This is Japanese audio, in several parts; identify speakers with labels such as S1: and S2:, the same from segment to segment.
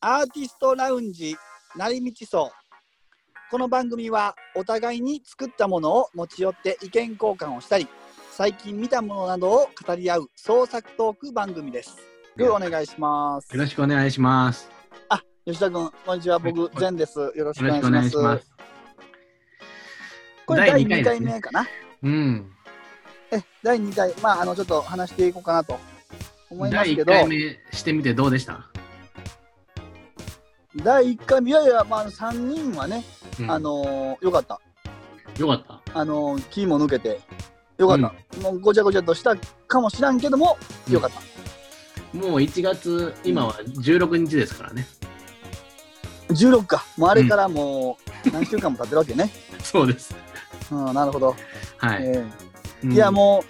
S1: アーティストラウンジ成道荘この番組はお互いに作ったものを持ち寄って意見交換をしたり最近見たものなどを語り合う創作トーク番組ですよろしくお願いします
S2: よろしくお願いします。
S1: あ吉田君こんにちは
S2: は
S1: 僕
S2: い
S1: 善ですよろしく
S2: よ
S1: お
S2: ろ
S1: 願
S2: し
S1: い
S2: く
S1: し
S2: お願
S1: ます
S2: いします。
S1: これ第2
S2: 第二
S1: 回
S2: 回ですね
S1: 目かな
S2: うん。
S1: え第2回まああのちょっと話していこうかなと思いま
S2: 第
S1: すけ
S2: 一
S1: ど
S2: 回目してみてどうでした、
S1: 第1回目いやいやまああの3人はね、
S2: うん
S1: あのーよかった
S2: よかった。
S1: あのキーも抜けてよかった、もうごちゃごちゃとしたかもしらんけどもよかった、
S2: もう1月、今は16日ですから ね。
S1: 16かもうあれからもう何週間も経ってるわけね
S2: そうです。
S1: うんなるほど、
S2: はい。
S1: え
S2: う
S1: え
S2: ん
S1: いやも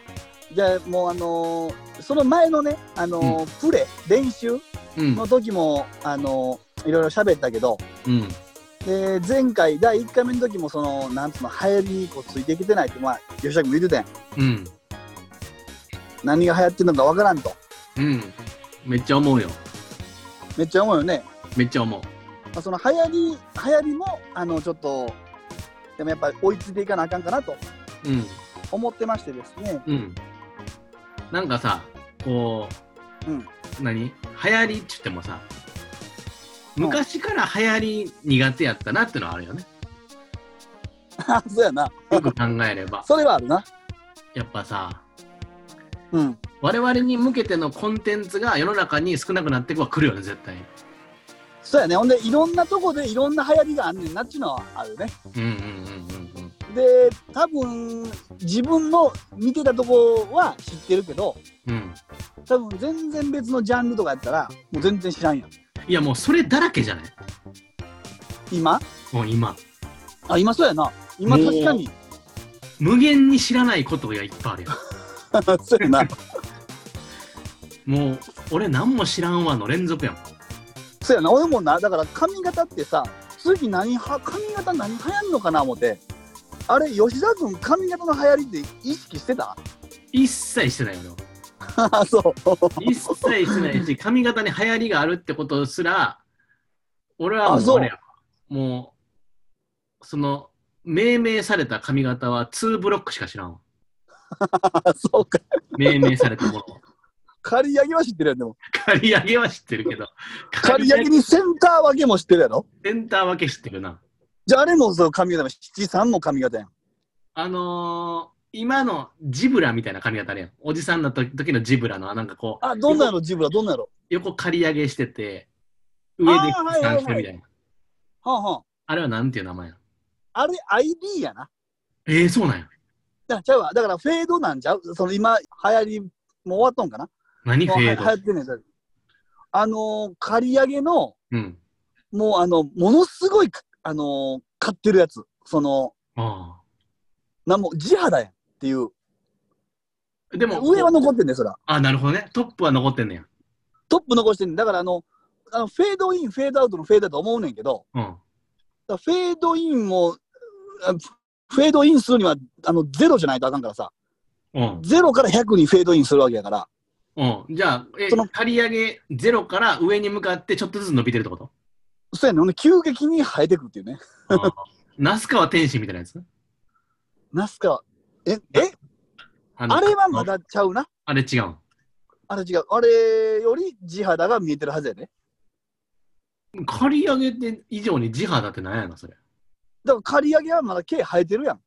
S1: うじゃあもうあのーその前のね、あのープレ練習
S2: うん、
S1: の時も、あのーいろいろ喋ったけど
S2: うん。
S1: で前回第1回目の時もそのなんつうの流行りにこうついてきてないってまあ吉田君も言ってたやん
S2: うん。
S1: 何が流行ってるのかわからんと
S2: うん。めっちゃ思うよ。
S1: めっちゃ思うよね
S2: めっちゃ思う。
S1: まあ、その流行り流行りもあのちょっとでもやっぱり追いついていかなあかんかなと
S2: うん。
S1: 思ってましてですね
S2: うん。なんかさ、こう、
S1: うん
S2: 何流行りって言ってもさ、昔から流行り苦手やったなってのはあるよね。
S1: あそうやな
S2: よく考えれば。
S1: それはあるな
S2: やっぱさ、
S1: うん
S2: 我々に向けてのコンテンツが世の中に少なくなってくは来るよね絶対に
S1: そうやねほんでいろんなとこでいろんな流行りがあんねんなっちゅうのはあるね
S2: うんうんうんうんうん
S1: で多分自分の見てたとこは知ってるけど
S2: うん
S1: 多分全然別のジャンルとかやったらもう全然知らんやん
S2: いやもうそれだらけじゃない
S1: 今
S2: もう今
S1: あ今そうやな今
S2: もう
S1: 確かに
S2: 無限に知らないことがいっぱいあるよ
S1: そうやな
S2: もう俺何も知らんわの連続やもん
S1: そうやな俺もなだから髪型ってさ次何は髪型何流行んのかな思ってあれ吉田君髪型の流行りって意識してた
S2: 一切してないよ俺
S1: あそう
S2: は一切してないし髪型に流行りがあるってことすら俺は
S1: あ
S2: もう
S1: そう
S2: あれやもうその命名された髪型は2ブロックしか知らんわ
S1: あそうか
S2: 命名されたものを
S1: 刈り上げは知ってるやんでも
S2: 刈り上げは知ってるけど
S1: 刈り上げにセンター分けも知ってるやろ
S2: センター分け知ってるな。
S1: じゃああれもその髪型も七三の髪型やん
S2: あのー、今のジブラみたいな髪型あるやん。おじさんの時時のジブラの、なんかこう、
S1: あどんなやろ自分はどんなやろ
S2: 横刈り上げしてて、上で
S1: あーはいはいはい
S2: 参してるみたいな。
S1: はんはん
S2: あれはなんていう名前なの
S1: あれ ID やな
S2: えー、そうなんや。
S1: だちゃうわだからフェードなんちゃうその今流行りもう終わっとんかな
S2: 何フ
S1: もうは
S2: ェー
S1: 流
S2: ド
S1: 行。ってんねんそれあのー刈り上げの
S2: うん。
S1: もうあの、ものすごい、あのー買ってるやつ。その、
S2: あ
S1: なんも、地肌やんっていう。
S2: あ。でも、
S1: 上は残ってんねんそら。
S2: あ、なるほどね。トップは残ってんねや。
S1: トップ残してんねんだからあの、あのフェードイン、フェードアウトのフェードだと思うねんけど、
S2: うん。
S1: だからフェードインも、あフェードインするには、あの、ゼロじゃないとあかんからさ、
S2: うん。
S1: ゼロから100にフェードインするわけやから、
S2: うん。じゃあ、え
S1: その
S2: 刈り上げゼロから上に向かってちょっとずつ伸びてるってこと
S1: そうやねんほんで。急激に生えてくるっていうね。
S2: あー那須川天心みたいなやつ
S1: ナスカ、え、え、
S2: あの
S1: あれはまだちゃうな。
S2: あれ違うん。
S1: あれ違う。あれより地肌が見えてるはずやで、
S2: 刈り上げて以上に地肌ってなんやな、それ。
S1: だから刈り上げはまだ毛生えてるやん。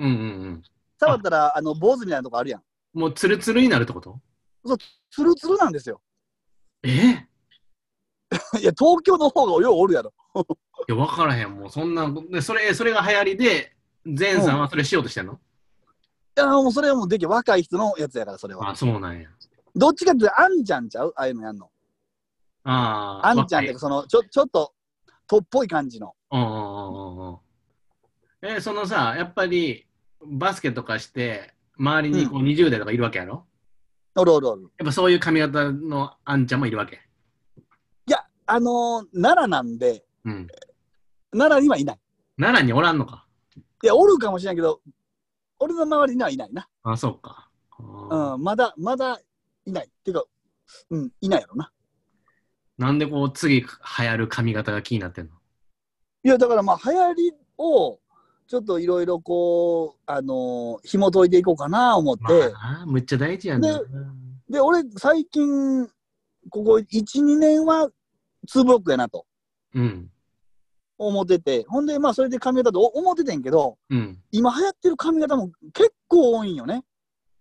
S2: うんうんうん。
S1: 触ったら、あの、坊主みたいなとこあるやん。
S2: もうツルツルになるってこと
S1: ツルツルなんですよ。
S2: えい
S1: いや、東京の方がようおるやろ。
S2: や、分からへん。もうそんな、でそれ、それが流行りで、前さんはそれしようとしてんの、
S1: いや、もうそれはもうできる若い人のやつやから、それは。
S2: あ、そうなんや。
S1: どっちかっていうと、あんちゃんちゃうああいうのやんの。
S2: ああ。
S1: あんちゃんっ
S2: 若
S1: て
S2: い
S1: か、その、ちょ、ちょっと、とっぽい感じの。
S2: うんうんうんうんうん。え、そのさ、やっぱり、バスケとかして、周りにこう20代とかいるわけやろ、
S1: おるおるおる。
S2: やっぱそういう髪型のあんちゃんもいるわけ。
S1: いや、あのー奈良なんで、
S2: うん。
S1: 奈良にはいない。
S2: 奈良におらんのか。
S1: いや、おるかもしれないけど、俺の周りにはいないな。
S2: あ、そうか。
S1: うん、まだ、まだいない。っていうか、うん、いないやろな。
S2: なんでこう、次流行る髪型が気になってんの
S1: いやだからまあ流行りをちょっといろいろこうあのー紐解いていこうかな思って、
S2: まあな、むっちゃ大事やね
S1: で。で俺最近ここ12年はツーブロックやなと
S2: うん。
S1: 思っててほんでまあそれで髪型と思っててんけど
S2: うん。
S1: 今流行ってる髪型も結構多いんよね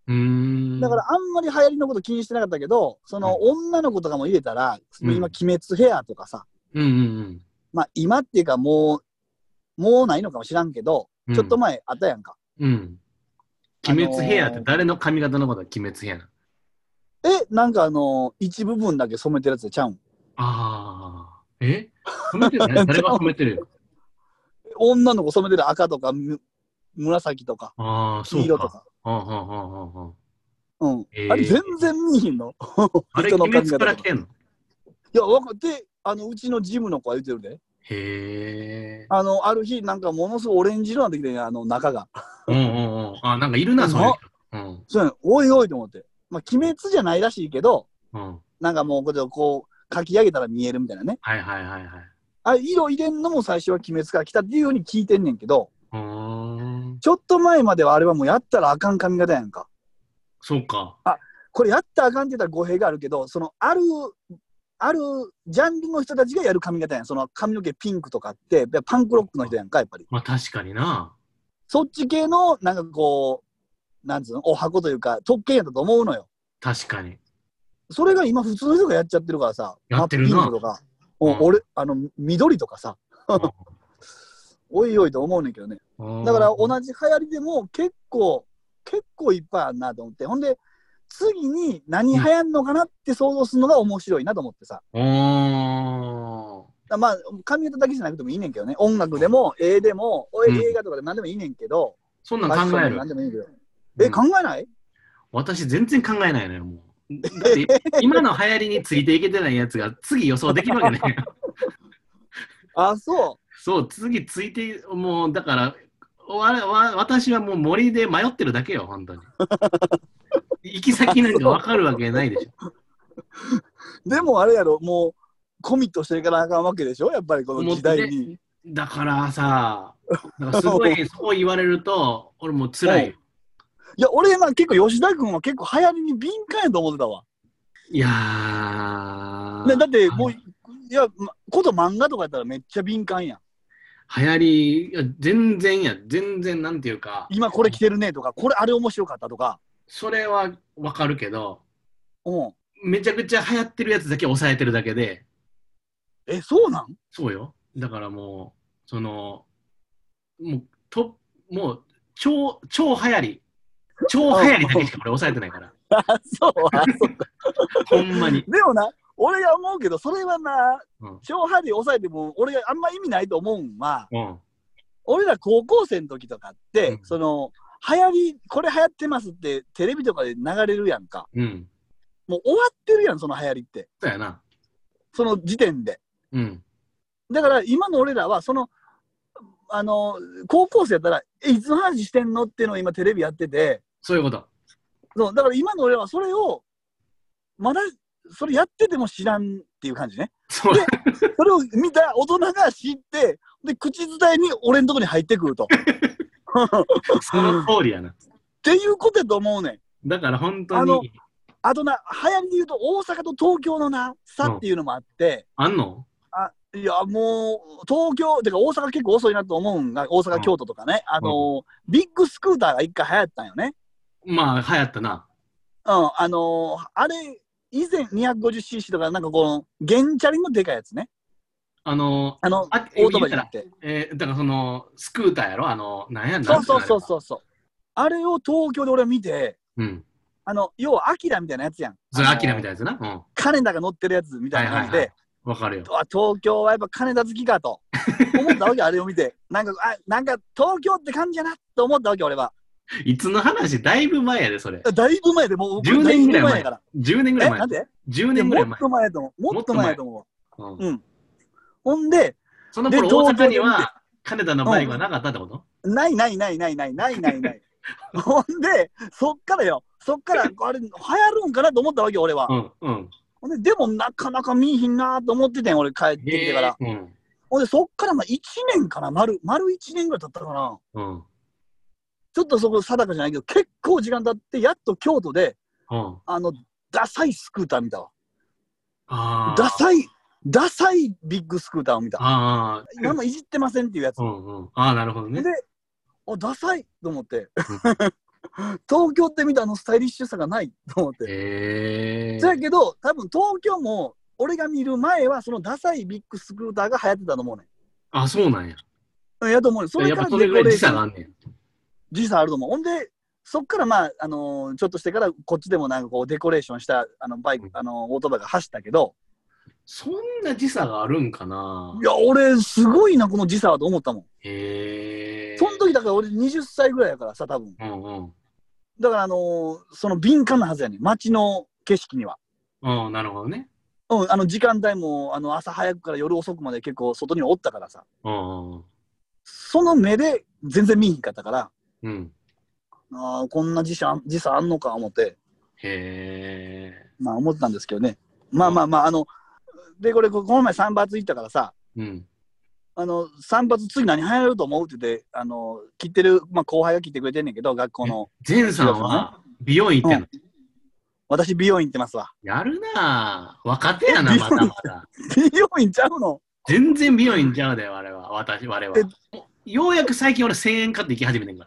S2: うーん。
S1: だから、あんまり流行りのこと気にしてなかったけどその女の子とかも入れたら、
S2: うん
S1: 今「鬼滅ヘア」とかさ
S2: うんうん
S1: まあ今っていうかもうもうないのかもしらんけど、
S2: うん。
S1: ちょっと前あったやんか
S2: うん。
S1: あのー
S2: 鬼滅ヘアって誰の髪型のことは鬼滅ヘアなの
S1: えなんかあのー一部分だけ染めてるやつちゃうん
S2: ああ。え染めてるね 誰が染めてるよ。
S1: 女の子染めてる赤とかむ紫とか
S2: ああ、そ
S1: 黄
S2: う
S1: 色とか
S2: か。ああ、ああ、ああ。
S1: うん
S2: えー
S1: あれ全然見えへんの
S2: あれ、
S1: 人の
S2: 鬼
S1: 髪
S2: 滅
S1: 型
S2: から
S1: とか
S2: 来てんの
S1: いやわかってあのうちのジムの子は言ってるで
S2: へえ。
S1: あのある日なんかものすごいオレンジ色になってきてねあの中が
S2: うんうんうん。あ、なんかいるな、
S1: うま
S2: そういう人。うん。
S1: そうやねんおいおいと思ってまあ鬼滅じゃないらしいけど
S2: うん。
S1: なんかもうこれをこう書き上げたら見えるみたいなね
S2: はいはいはいはい。
S1: あれ色入れんのも最初は鬼滅から来たっていうように聞いてんねんけど
S2: うーん。
S1: ちょっと前まではあれはもうやったらあかん髪型やんか
S2: そうか。
S1: これやったらあかんって言ったら語弊があるけど、そのある、あるジャンルの人たちがやる髪型やん。その髪の毛ピンクとかって、やパンクロックの人やんか、やっぱり。
S2: まあ確かにな。
S1: そっち系の、なんかこう、なんつうの、お箱というか、特権やったと思うのよ。
S2: 確かに。
S1: それが今普通の人がやっちゃってるからさ、
S2: やってるな
S1: 真ピンクとか、お
S2: うん
S1: 俺、あの、緑とかさ
S2: ん、
S1: おいおいと思うねんけどね。だ
S2: だ
S1: から同じ流行りでも結構、結構いっぱいあるなと思って。ほんで、次に何流行んのかなって想像するのが面白いなと思ってさ。
S2: おー
S1: だまあ、髪型だけじゃなくてもいいねんけどね。音楽でも、絵でも、お
S2: うん
S1: 映画とかで何でもいいねんけど、
S2: そん
S1: フ
S2: な
S1: ァッ
S2: ん
S1: ショ
S2: 考
S1: ンでも
S2: える
S1: 何。でもいいけど。
S2: うん
S1: え、考えない
S2: 私全然考えないのよ、もう。だ って、今の流行りについていけてないやつが次予想できるわけ ね。
S1: あ、そ
S2: そう、次ついて、もうだから、わわ私はもう森で迷ってるだけよ、本 当に。行き先なんか分かるわけないでしょ。
S1: う。でもあれやろ、もう、コミットしていかなあかんわけでしょやっぱりこ
S2: 思
S1: の
S2: っ
S1: 時
S2: て
S1: 代に。
S2: だからさ、なんかす ごいそう言われると、俺もう辛いよ。
S1: いや、俺は結構吉田君は結構流行りに敏感やと思ってたわ。
S2: いや
S1: ね、だ
S2: ー、
S1: ってもう、
S2: はい
S1: や、まこと漫画とかやったらめっちゃ敏感やん。
S2: 流行り、いや全然や、全然なんていうか、
S1: 今これ着てるねとか、これあれ面白かったとか。
S2: それは分かるけど、
S1: うん。
S2: めちゃくちゃ流行ってるやつだけ抑えてるだけで、
S1: え、そうなん
S2: そうよ。だからもう、その、もう、と、もう、超、超流行り。超流行りだけしか俺抑えてないから。
S1: あ、そう。あそう
S2: ほんまに。
S1: でもな、俺が思うけど、それはな、
S2: うん。
S1: 勝敗で抑えても俺があんま意味ないと思うんは
S2: うん。
S1: 俺ら高校生の時とかって、
S2: うん
S1: その流行りこれ流行ってますってテレビとかで流れるやんか
S2: うん。
S1: もう終わってるやんその流行りって
S2: そうやな。
S1: その時点で
S2: うん。
S1: だから今の俺らはそのあの高校生やったら「えいつの話してんの?」っていうのを今テレビやってて
S2: そういうこと。
S1: そうだから今の俺らはそれをまだそれやってても知らんっていう感じね
S2: そう。
S1: それを見た大人が知ってで口伝えに俺のとこに入ってくると。
S2: その通りやな。
S1: っていうことやと思うねん。
S2: だから本当
S1: あの
S2: に、
S1: あとな、流行りで言うと大阪と東京のな、差っていうのもあって、
S2: あんの
S1: いや、もう、東京、てか大阪結構遅いなと思うんが、大阪、
S2: うん
S1: 京都とかね、あのービッグスクーターが一回流行ったんよね。
S2: まあ、流行ったな。
S1: うん、あのーあれ、以前 250cc とか、なんかこの、ゲンチャリのでかいやつね。
S2: あの、
S1: あの、
S2: あ
S1: オートバイじゃなくて。
S2: えーだからその、スクーターやろあの、なんやなんて
S1: そ
S2: い
S1: う
S2: の
S1: そうそうそうそう。あれを東京で俺は見て、
S2: あれはうん。
S1: あの、要は、アキラみたいなやつやん。
S2: それ、
S1: あ
S2: ア
S1: のー
S2: キラみたいなやつな。うん。
S1: 金田が乗ってるやつみたいな感じで、
S2: はいはいわかるよ。
S1: あ東京はやっぱ金田好きかと思ったわけあれを見てなんかあなんか東京って感じやなと思ったわけ俺はい
S2: つの話だいぶ前やで、それ。
S1: だいぶ前でもう
S2: 10年ぐらい
S1: だ
S2: 前
S1: ぶやから
S2: 10年ぐら
S1: え
S2: い
S1: な
S2: 前
S1: ん。で
S2: 10
S1: いや
S2: 年ぐらい
S1: もっ
S2: 前
S1: と。前やと思うもっと前やと思
S2: うん
S1: ううんほんで
S2: その頃
S1: で
S2: 大
S1: 東京
S2: 阪
S1: で
S2: には金田のバイクはなかったってこと、
S1: ないないないないないないない ないほんでそっからよそっからあれ流行るんかなと思ったわけ俺は、
S2: うん、うん
S1: ほんで、でもなかなか見えひんなと思っててん、俺帰ってきてから。
S2: うん。
S1: ほんで、そっからまあ1年かな、丸、丸1年ぐらい経ったかな。
S2: うん。
S1: ちょっとそこ定かじゃないけど、結構時間経って、やっと京都で、
S2: うん。
S1: あの、ダサいスクーター見たわ。
S2: ああ。
S1: ダサい、ダサいビッグスクーターを見た。
S2: ああ。
S1: 何もいじってませんっていうやつ。
S2: うんうん。ああ、なるほどね
S1: で。、あ、ダサいと思って。 東京って見たあのスタイリッシュさがないと思って。
S2: ええ
S1: そやけど、多分東京も、俺が見る前は、そのダサいビッグスクーターが流行ってたと思うね
S2: あ、そうなんや。
S1: んうん。やと思うねんそれ
S2: やっ
S1: か
S2: ぱ
S1: ら
S2: それぐらい時差が
S1: ン
S2: あんねん。
S1: 時差あると思う。ほんで、そっからまあ、あのーちょっとしてから、こっちでもなんかこう、デコレーションした、あの、バイク、あのーオートバイが走ったけど、
S2: そんな時差があるんかない
S1: や、俺、すごいな、この時差はと思ったもん。
S2: へえ。
S1: その時、だから俺20歳ぐらいやからさ、多分。
S2: うんうん。
S1: だから、あのーその敏感なはずやねん。街の景色には。
S2: うん、なるほどね。
S1: うん、あの、時間帯も、あの、朝早くから夜遅くまで結構外におったからさ。
S2: うんうん
S1: その目で全然見えへんかったから、
S2: うん。うん。
S1: あーこんな時差時差あんのか思って、
S2: へえ。
S1: まあ思ってたんですけどね。まあまあまあ、あの、で、これ、ここの前散髪行ったからさ、
S2: うん。
S1: あの、散髪次何流行ると思うって言って、あの、切ってる、まあ後輩が切ってくれてんねんけど、学校の。
S2: ジェンさんは美容院行ってんの、
S1: 私、美容院行ってますわ。
S2: やるなぁ。若手やな、まだまだ。
S1: 美容院ちゃうの
S2: 全然美容院ちゃうで、我々は。私、我々は。ようやく最近俺1000円買って行き始めてんか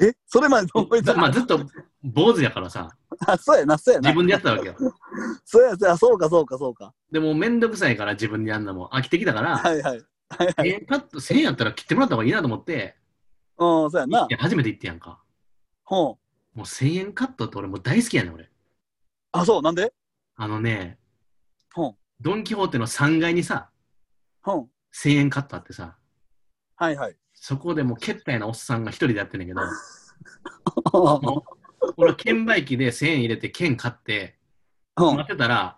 S2: ら。
S1: えそれまで思い出
S2: ずまあずっと坊主やからさ、
S1: あ、そうやな、そうやな
S2: 自。分でやったわけよ。
S1: そうや、そうや、そうか、そうか、そうか。
S2: でもめんどくさいから自分でやんのも飽きてきたから、
S1: はいはい。
S2: 1000円カット1000円やったら切ってもらった方がいいなと思って、
S1: うん、そうや
S2: 行っ
S1: な
S2: て。初めて行ってやんか。
S1: ほう。
S2: もう1000円カットって俺もう大好きやねん、俺。
S1: あ、そう、なんで
S2: あのね、
S1: ほう。
S2: ドン・キホーテの3階にさ、
S1: ほう。
S2: 1000円カットあってさ、
S1: はい はい。
S2: そこでもうけったいなおっさんが一人でやってんねんけど、
S1: う
S2: 俺は券売機で1000円入れて券買って、
S1: ん。
S2: 待ってたら、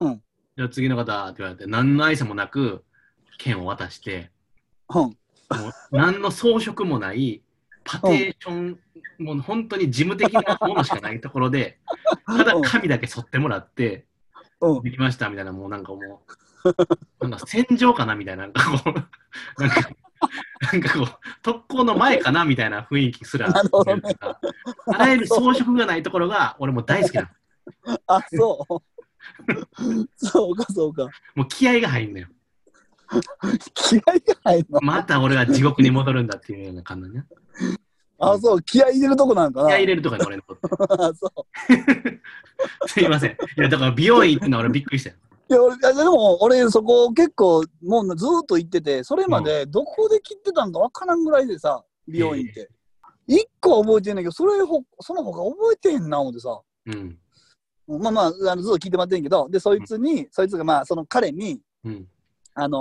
S1: うん
S2: じゃあ次の方って言われて、何の挨拶もなく、券を渡して、
S1: うん。
S2: もう何の装飾もない、パテーション、もう本当に事務的なものしかないところで、ただ髪だけ剃ってもらって、
S1: うん。
S2: できましたみたいな、もうなんかもう、なんか戦場かなみたいな、なんかこう、 なんか、なんかこう、特攻の前かなみたいな雰囲気すら、
S1: なるほどね
S2: あらゆる装飾がないところが、俺もう大好きなの。
S1: あ、そう。 そうか、そうか。
S2: もう気合が入んのよ。
S1: 気合が入るの。
S2: また俺は地獄に戻るんだっていうような 感じね。
S1: あ、そう。気合入れるとこなんか
S2: 気
S1: な。
S2: 合入れるとかね、俺のこと。
S1: あ、 そう。
S2: すいません。いや、だから美容院行ってのは俺びっくりしたよ。
S1: いや、俺、いやでも、俺、そこ結構、もうずーっと行ってて、それまでどこで切ってたんかわからんぐらいでさ、美容院って。一個は覚えてんねんけど、それほ、その他覚えてへんな、思ってさ。
S2: うん。
S1: まあまあ、あのずっと聞いてもらってんけど、で、そいつに、そいつがまあ、その彼に、
S2: うん。
S1: あの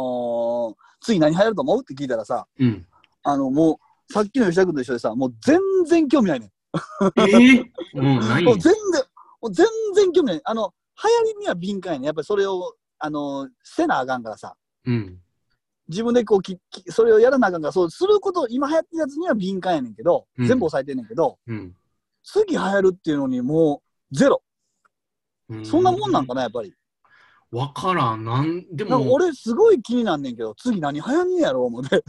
S1: ー次何流行ると思うって聞いたらさ、
S2: うん。
S1: あの、もう、さっきの吉田君と一緒でさ、もう全然興味ないねん。
S2: えぇ、うん、ない
S1: もう
S2: よ。
S1: 全然、もう全然興味ない。あの、流行りには敏感やね。やっぱりそれを、あの、せなあかんからさ。
S2: うん。
S1: 自分でこうきき、それをやらなあかんから、そうすること、今流行ってるやつには敏感やねんけど、
S2: うん
S1: 全部抑えてんねんけど、
S2: うん。
S1: 次流行るっていうのにもう、ゼロ。
S2: う
S1: そんなもんなんかな、やっぱり。
S2: わからん。なん、で
S1: なんか
S2: も、
S1: 俺、すごい気になんねんけど、次何流行んねやろ、思って。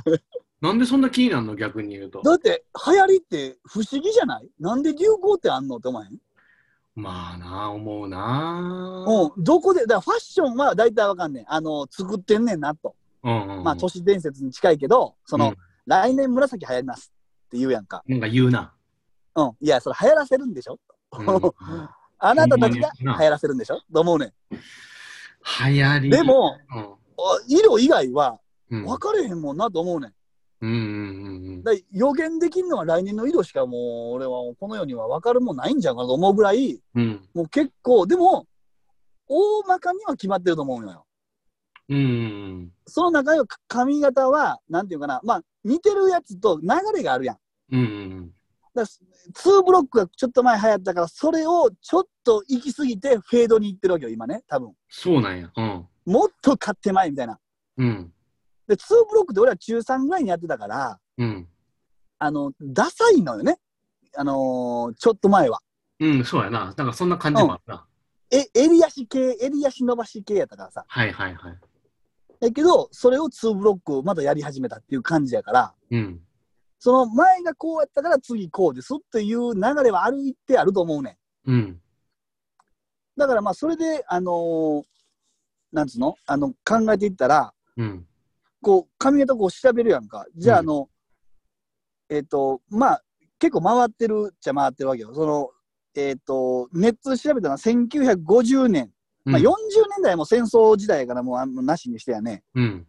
S2: なんでそんな気になるの逆に言うと。
S1: だって、流行りって不思議じゃないなんで流行ってあんのって思わへん
S2: まあな、思うな。
S1: うん、どこで、だからファッションは大体わかんねん。あの、作ってんねんなと。
S2: うん。うん。
S1: まあ、都市伝説に近いけど、その、
S2: うん
S1: 来年紫流行りますって言うやんか。
S2: なんか言うな。
S1: うん。いや、それ流行らせるんでしょ
S2: うん
S1: あなたたちが流行らせるんでしょと思うね
S2: 流行
S1: ん。
S2: り。
S1: で、も、お色以外は
S2: うん。
S1: 分かれへんもんなと思うねん。
S2: うんうんうんうん。
S1: だから予言できるのは来年の色しかもう、俺はもうこの世には分かるもんないんじゃうかなと思うぐらい、
S2: うん。
S1: もう結構、でも、大まかには決まってると思うのよ。
S2: うんうん
S1: その中には髪型は、なんていうかな、まあ、似てるやつと流れがあるやん。
S2: うん。うんうん
S1: だ2ブロックがちょっと前流行ったから、それをちょっと行き過ぎてフェードに行ってるわけよ、今ね、多分。
S2: そうなんや。うん。
S1: もっと買って前みたいな。
S2: うん。
S1: で、2ブロックで俺は中3ぐらいにやってたから、
S2: うん。
S1: あの、ダサいのよね。あのーちょっと前は。
S2: うん、そうやな。なんかそんな感じもあるな。
S1: え、襟足系、襟足伸ばし系やったからさ。
S2: はいはいはい。
S1: やけど、それを2ブロックをまだやり始めたっていう感じやから、
S2: うん。
S1: その前がこうやったから次こうですっていう流れはある一定あると思うねん。
S2: うん。
S1: だからまあ、それで、あのーなんつうのあの、考えていったら、
S2: うん。
S1: こう、髪型こう調べるやんか。じゃあ、あの、えっ、と、まあ、結構回ってるっちゃ回ってるわけよ。その、えっ、と、ネットで調べたのは1950年。まあ、40年代も戦争時代やからもうあんまなしにしてやね。
S2: うん。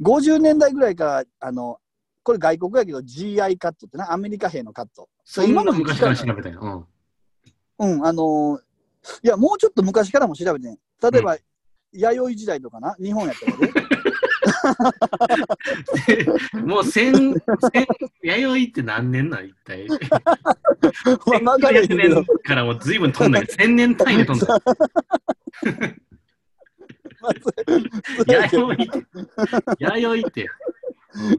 S1: 50年代ぐらいから、あの、これ外国やけど GI カットってな、アメリカ兵のカット。
S2: そんなの昔から
S1: 今の時期
S2: 調べたよ。
S1: うん、あのーいや、もうちょっと昔からも調べてん。例えば、弥生時代とかな、日本やったらね。
S2: うん。も う千、千、弥生って何年なん一体。
S1: まあ わかんないけ
S2: 1900
S1: ど
S2: 年、からもう随分飛んだけど、千年単位で飛んだ。
S1: まあそれ
S2: 弥生って。弥生って。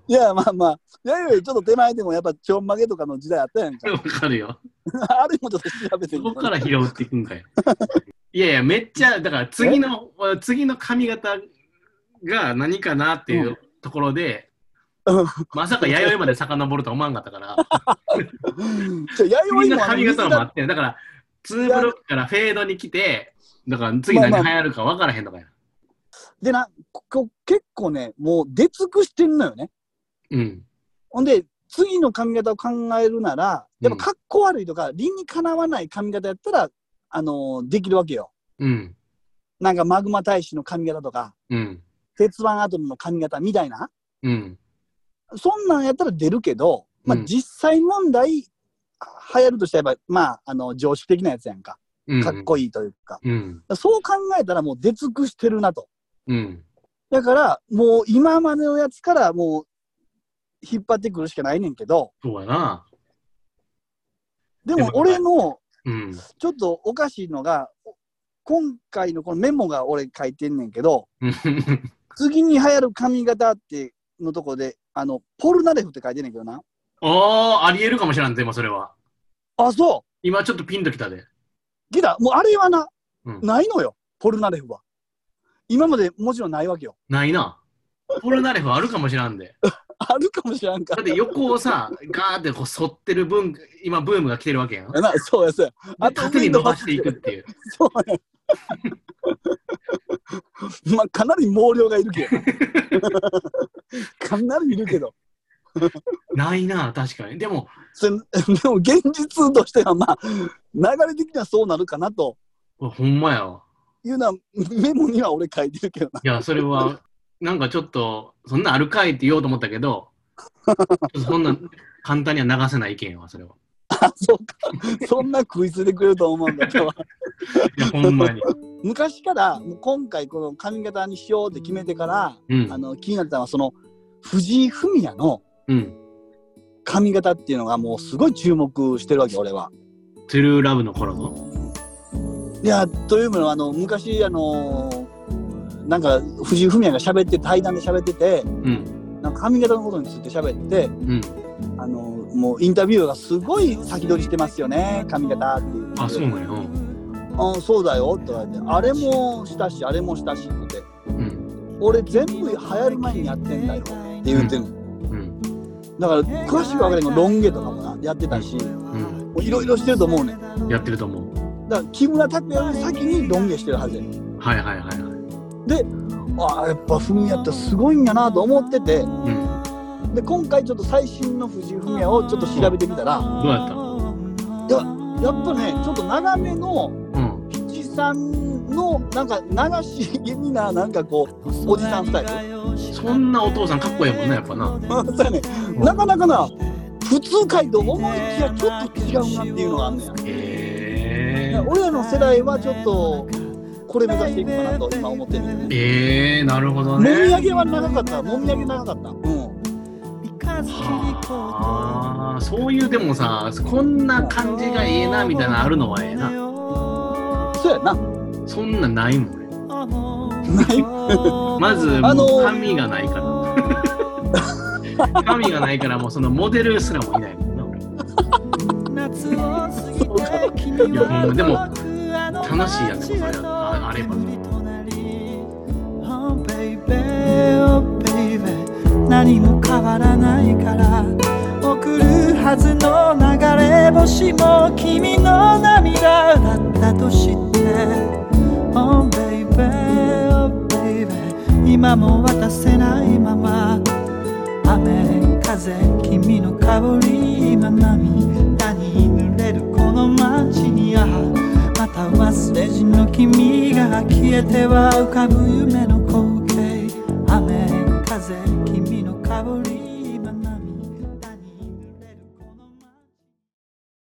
S1: いや、まあまあ、弥生ちょっと手前でもやっぱちょんまげとかの時代あったやんか。
S2: わかるよ。
S1: あれもちょっと調べて
S2: そ
S1: み
S2: こ
S1: た
S2: から拾っていくんかよ。いやいや、めっちゃ、だから次の、次の髪型が何かなっていうところで、
S1: うん
S2: まさか弥生まで遡るとは思わんかったから、
S1: じゃあ弥生
S2: 次
S1: もあ
S2: の
S1: の
S2: 髪
S1: 水
S2: 型もあ
S1: が
S2: って、だから、ツーブロックからフェードに来て、だから次何流
S1: まあま
S2: 行るか分からへんのかよ。
S1: でな、ここ結構ね、もう出尽くしてんのよね。
S2: うん。
S1: ほんで、次の髪型を考えるなら、やっぱかっこ悪いとか、理にかなわない髪型やったら、あのーできるわけよ。
S2: うん。
S1: なんかマグマ大使の髪型とか、
S2: うん。
S1: 鉄腕アトムの髪型みたいな、
S2: うん。
S1: そんなんやったら出るけど、まあ
S2: うん
S1: 実際問題、流行るとしたらやっぱ、まあ、あの、常識的なやつやんか。
S2: うん。
S1: かっこいいというか。
S2: うん。
S1: そう考えたらもう出尽くしてるなと。
S2: うん。
S1: だから、もう今までのやつからもう引っ張ってくるしかないねんけど、
S2: そうやな。
S1: で
S2: で
S1: も
S2: も
S1: 俺の
S2: うん。
S1: ちょっとおかしいのが、今回のこのメモが俺書いてんねんけど、
S2: うん
S1: 次に流行る髪型ってのとこで、あの、ポルナレフって書いてんねんけどな。
S2: ああ、ありえるかもしれん、でもそれは。
S1: あ、そ
S2: 今ちょっとピンときたで。
S1: うギターもうあれはな、
S2: うん
S1: ないのよ、ポルナレフは。今までもちろんないわけよ。
S2: ないな。ポルナレフあるかもしらんで。
S1: あるかもしらんか
S2: だって横をさ、ガーってこう反ってる分、今ブームが来てるわけやん。
S1: ら。な、そうや、そうや。あと
S2: 縦に伸ばしていくっていう。
S1: そうや。まあ、かなり毛量がいるけど。かなりいるけど。
S2: ないな、確かに。でも、
S1: それでも現実としては、まあ、流れ的にはそうなるかなと
S2: ほんまやわ。
S1: いうのは、メモには俺書いてるけどな。
S2: いや、それは、なんかちょっと、そんなんあるかいって言おうと思ったけど、そんな簡単には流せない意見やわ、それは。
S1: あ、そうか。そんな食いついてくれると思うんだけど。
S2: いや、ほんまに。
S1: 昔から、もう今回この髪型にしようって決めてから、
S2: う
S1: あ
S2: ん。
S1: の、気になったのは、その、藤井フミヤの
S2: うん。
S1: 髪型っていうのがもうすごい注目してるわけ、俺は。
S2: トゥルーラブの頃の。
S1: いやというのはあの昔あのなんか藤井フミヤが喋って対談で喋ってて
S2: うん。
S1: なんか髪型のことについて喋って
S2: うん。
S1: あのもうインタビューがすごい先取りしてますよね髪型っていう
S2: あ、そうなんや。うん
S1: うんそうだよって言われてあれもしたしあれもしたしって言って
S2: うん。
S1: 俺全部流行る前にやってんだよって言ってんの、
S2: うん。
S1: だから詳しくは分からんけどロン毛とかもなやってたし
S2: うん。
S1: いろいろしてると思うねん
S2: やってると思う。
S1: だから木村拓哉より先にロン毛してるはずやねん
S2: はいはいはいはい。
S1: ああやっぱフミヤってすごいんやなと思ってて
S2: うん。
S1: で今回ちょっと最新の藤井フミヤをちょっと調べてみたら
S2: どうやっ
S1: やっぱねちょっと長めの
S2: たうん。
S1: 七三のなんか流し気味ななんかこうおじさんスタイル
S2: そんなお父さんかっこいいもんな、やっぱな。
S1: そうやねなかなかな普通かいと思いきやちょっと違うなっていうのがあんねや
S2: えー、
S1: 俺らの世代はちょっとこれ目指していくかなと今思ってるね
S2: えー、なるほど
S1: もみ
S2: ね。
S1: あげは長かったもみあげ長かったうん
S2: はあ、そういうでもさ、こんな感じがええなみたいなのあるのはええな。
S1: そうやな
S2: そんなんないもんね。
S1: ない
S2: まず、
S1: あのー
S2: もう髪がないから。髪がないから、もうそのモデルすらもいないもんな、俺。
S3: 夏を過ぎ
S1: そうか
S3: て君
S2: いやほんまでも
S3: は僕は
S2: 楽しいやつそれああれば
S3: 何も変わらないから送るはずの流れ星も君の涙だったとして Oh baby, oh baby 今も渡せないまま雨風君の香り今涙に濡れるこの街にあまた忘れじの君が消えては浮かぶ夢の光景雨風君の香り